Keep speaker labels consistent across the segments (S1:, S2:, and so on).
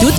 S1: Toute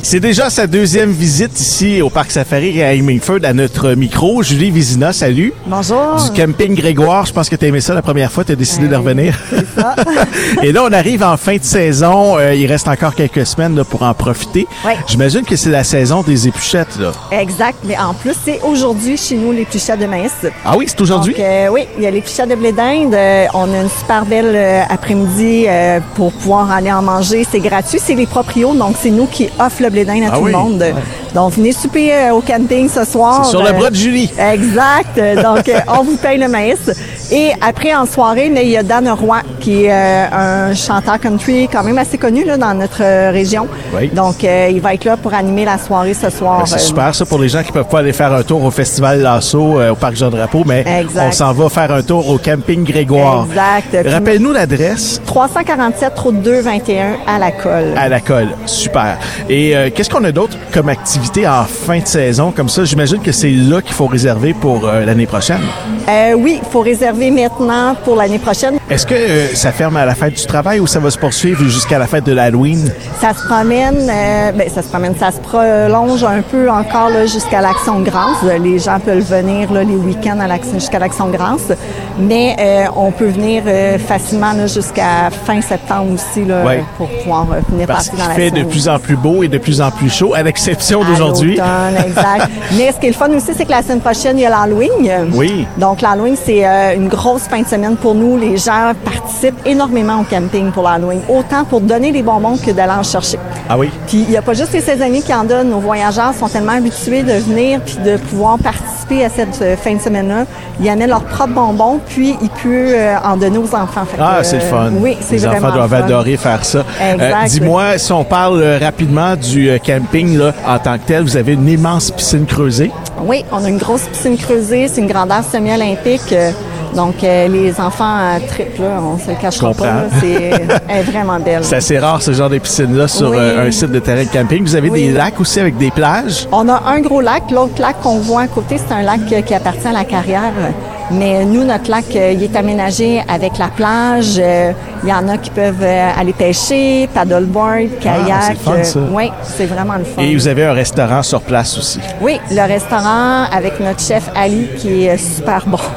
S2: C'est déjà sa deuxième visite ici au Parc Safari et à Hemingford à notre micro. Julie Vizina, salut.
S3: Bonjour.
S2: Du camping Grégoire, je pense que tu aimé ça la première fois, tu as décidé de revenir. et là, on arrive en fin de saison. Euh, il reste encore quelques semaines là, pour en profiter.
S3: Oui.
S2: J'imagine que c'est la saison des épluchettes. Là.
S3: Exact, mais en plus, c'est aujourd'hui chez nous les pichats de maïs.
S2: Ah oui, c'est aujourd'hui?
S3: Donc, euh, oui, il y a les pichats de blé d'Inde. Euh, on a une super belle euh, après-midi euh, pour pouvoir aller en manger. C'est gratuit, c'est les proprios, donc c'est nous qui offrent le blé d'Inde à
S2: Ah
S3: tout
S2: oui,
S3: le monde.
S2: ouais.
S3: Donc, venez souper euh, au camping ce soir. Euh,
S2: C'est sur le bras de Julie.
S3: Exact. Euh, Donc, euh, on vous paye le maïs. Et après, en soirée, là, il y a Dan Roy, qui est euh, un chanteur country quand même assez connu là, dans notre euh, région.
S2: Oui.
S3: Donc, euh, il va être là pour animer la soirée ce soir.
S2: Ben, c'est
S3: Euh,
S2: super, ça, pour les gens qui peuvent pas aller faire un tour au Festival Lasso euh, au Parc Jean-Drapeau, mais
S3: Exact.
S2: on s'en va faire un tour au Camping Grégoire.
S3: Exact. Puis-
S2: Rappelle-nous l'adresse
S3: 347 route 221 à la colle.
S2: à la colle. Super. Et euh, qu'est-ce qu'on a d'autre comme activité en fin de saison comme ça? J'imagine que c'est là qu'il faut réserver pour euh, l'année prochaine.
S3: Euh, oui, faut réserver maintenant pour l'année prochaine.
S2: Est-ce que euh, ça ferme à la fête du travail ou ça va se poursuivre jusqu'à la fête de l'Halloween?
S3: Ça se promène, euh, ben, ça se promène, ça se prolonge un peu encore là, jusqu'à l'Action de Grâce. Les gens peuvent venir là, les week-ends à l'Action- jusqu'à l'Action de Grâce, mais euh, on peut venir euh, facilement là, jusqu'à fin septembre aussi là,
S2: Ouais.
S3: pour pouvoir euh, venir
S2: Parce
S3: passer
S2: qu'il
S3: dans la
S2: fait de
S3: semaine.
S2: plus en plus beau et de plus en plus chaud, à l'exception
S3: À
S2: d'aujourd'hui.
S3: l'automne, exact. Mais ce qui est le fun aussi, c'est que la semaine prochaine, il y a l'Halloween.
S2: Oui.
S3: Donc, l'Halloween, c'est euh, une grosse fin de semaine pour nous. Les gens participent énormément au camping pour l'Halloween, autant pour donner des bonbons que d'aller en chercher.
S2: Ah oui?
S3: Puis, il n'y a pas juste les saisonniers qui en donnent. Nos voyageurs sont tellement habitués de venir puis de pouvoir participer à cette euh, fin de semaine-là. Ils amènent leurs propres bonbons, puis ils peuvent euh, en donner aux enfants. Fait que,
S2: Ah, c'est le fun.
S3: euh, Oui, c'est
S2: Les
S3: vraiment
S2: enfants doivent
S3: le fun.
S2: adorer faire ça. Euh,
S3: Exact.
S2: Dis-moi, si on parle euh, rapidement du euh, camping là, en tant que tel, vous avez une immense piscine creusée.
S3: Oui, on a une grosse piscine creusée, c'est une grandeur semi-olympique. euh, Donc, euh, les enfants euh, trippent, là, on se le cachera
S2: comprends.
S3: pas. là, C'est elle est vraiment belle.
S2: C'est assez rare ce genre de piscine-là sur
S3: Oui.
S2: euh, un site de terrain de camping. Vous avez
S3: Oui.
S2: des lacs aussi avec des plages.
S3: On a un gros lac, l'autre lac qu'on voit à côté, c'est un lac euh, qui appartient à la carrière. euh, Mais nous, notre lac, euh, il est aménagé avec la plage. euh, Il y en a qui peuvent euh, aller pêcher, paddleboard,
S2: Ah, c'est le
S3: kayak.
S2: fun,
S3: euh,
S2: ça.
S3: Oui, c'est vraiment le fun.
S2: Et vous avez un restaurant sur place aussi.
S3: Oui, le restaurant avec notre chef Ali qui est super bon.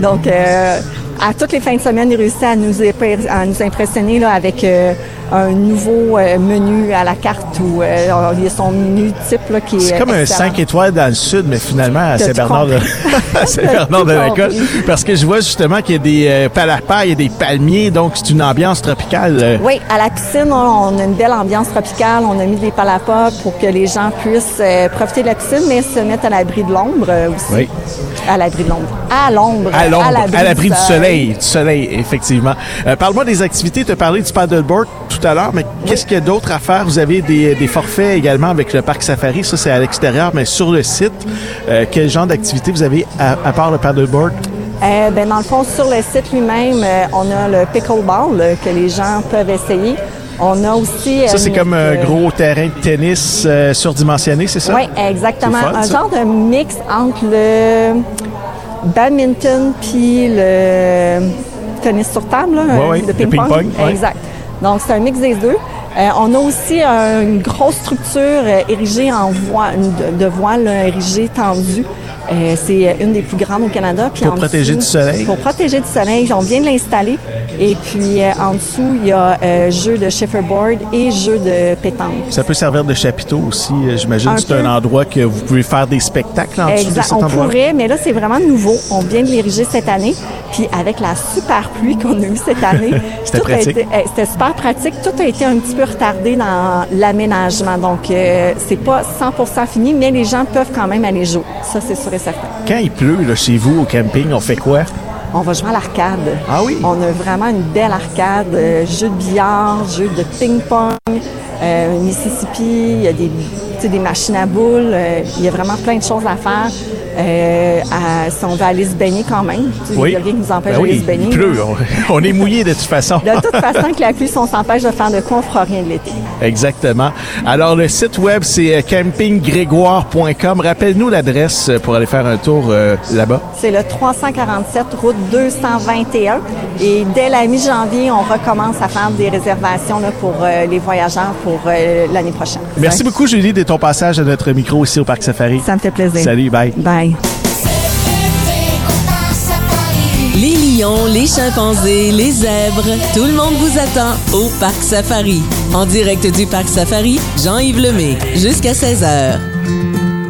S3: Donc, euh, à toutes les fins de semaine, il réussit à nous, épr- à nous impressionner là, avec euh, un nouveau euh, menu à la carte ou euh, il y a son menu type là, qui est.
S2: C'est comme un
S3: excellent.
S2: 5 étoiles dans le sud, mais finalement à
S3: T'as-tu
S2: Saint-Bernard de, à Saint-Bernard de la
S3: compris?
S2: Colle. Parce que je vois justement qu'il y a des euh, palapas, il y a des palmiers, donc c'est une ambiance tropicale. euh,
S3: Oui, à la piscine, on on a une belle ambiance tropicale. On a mis des palapas pour que les gens puissent euh, profiter de la piscine, mais se mettre à l'abri de l'ombre euh, aussi.
S2: Oui.
S3: À l'abri de l'ombre. À l'ombre.
S2: À l'ombre, à l'abri du soleil, du soleil, effectivement. Euh, Parle-moi des activités. Tu as parlé du paddleboard tout à l'heure, mais qu'est-ce qu'il y a d'autre à faire? Vous avez des, des forfaits également avec le parc Safari. Ça, c'est à l'extérieur, mais sur le site, euh, quel genre d'activité vous avez à, à part le paddleboard?
S3: Euh, ben, dans le fond, sur le site lui-même, euh, on a le pickleball euh, que les gens peuvent essayer. On a aussi... euh,
S2: Ça, c'est comme un gros terrain de tennis euh, surdimensionné, c'est ça?
S3: Oui, exactement.
S2: C'est fun,
S3: un
S2: ça.
S3: genre de mix entre le badminton puis le tennis sur table, là,
S2: Ouais, ouais,
S3: le
S2: le
S3: ping-pong.
S2: ping-pong, ouais.
S3: Exact. Donc, c'est un mix des deux. Euh, on a aussi euh, une grosse structure euh, érigée en voile, de, de voile euh, érigée tendue. Euh, c'est euh, une des plus grandes au Canada. Puis
S2: Pour
S3: en
S2: protéger
S3: dessous-
S2: du soleil.
S3: Pour protéger du soleil. On vient de l'installer. Et puis, euh, en dessous, il y a euh, jeu de checkerboard et jeu de pétanque.
S2: Ça peut servir de chapiteau aussi, euh, j'imagine.
S3: Un
S2: C'est un
S3: peu.
S2: endroit que vous pouvez faire des spectacles en dessous de
S3: Exact.
S2: cet
S3: On
S2: endroit.
S3: pourrait, mais là, c'est vraiment nouveau. On vient de l'ériger cette année. Puis avec la super pluie qu'on a eue cette année,
S2: C'était
S3: tout a
S2: pratique.
S3: été- euh, c'était super pratique. Tout a été un petit peu retardé dans l'aménagement. Donc, euh, c'est pas 100 fini, mais les gens peuvent quand même aller jouer. Ça, c'est sûr et certain.
S2: Quand il pleut, là, chez vous, au camping, on fait quoi?
S3: On va jouer à l'arcade.
S2: Ah oui?
S3: On a vraiment une belle arcade. euh, jeu de billard, jeu de ping-pong, euh, Mississippi. Il y a des, tu sais, sais, des machines à boules. euh, il y a vraiment plein de choses à faire. Euh, à- si on va aller se baigner quand même. Tu sais, Il n'y a rien qui nous empêche
S2: Ben
S3: d'aller
S2: oui,
S3: se baigner.
S2: il pleut. hein. On, on est mouillé de toute façon.
S3: De toute façon, que la pluie, si on s'empêche de faire de quoi, on fera rien de l'été.
S2: Exactement. Alors, le site web, c'est euh, campinggrégoire.com. Rappelle-nous l'adresse euh, pour aller faire un tour euh, là-bas.
S3: C'est le 347 route 221. Et dès la mi-janvier, on recommence à faire des réservations là, pour euh, les voyageurs pour euh, l'année prochaine.
S2: Merci beaucoup, Julie, de ton passage à notre micro ici au Parc Safari.
S3: Ça me fait plaisir.
S2: Salut, bye.
S3: Bye.
S1: Les lions, les chimpanzés, les zèbres, tout le monde vous attend au Parc Safari. En direct du Parc Safari, Jean-Yves Lemay, jusqu'à 16h.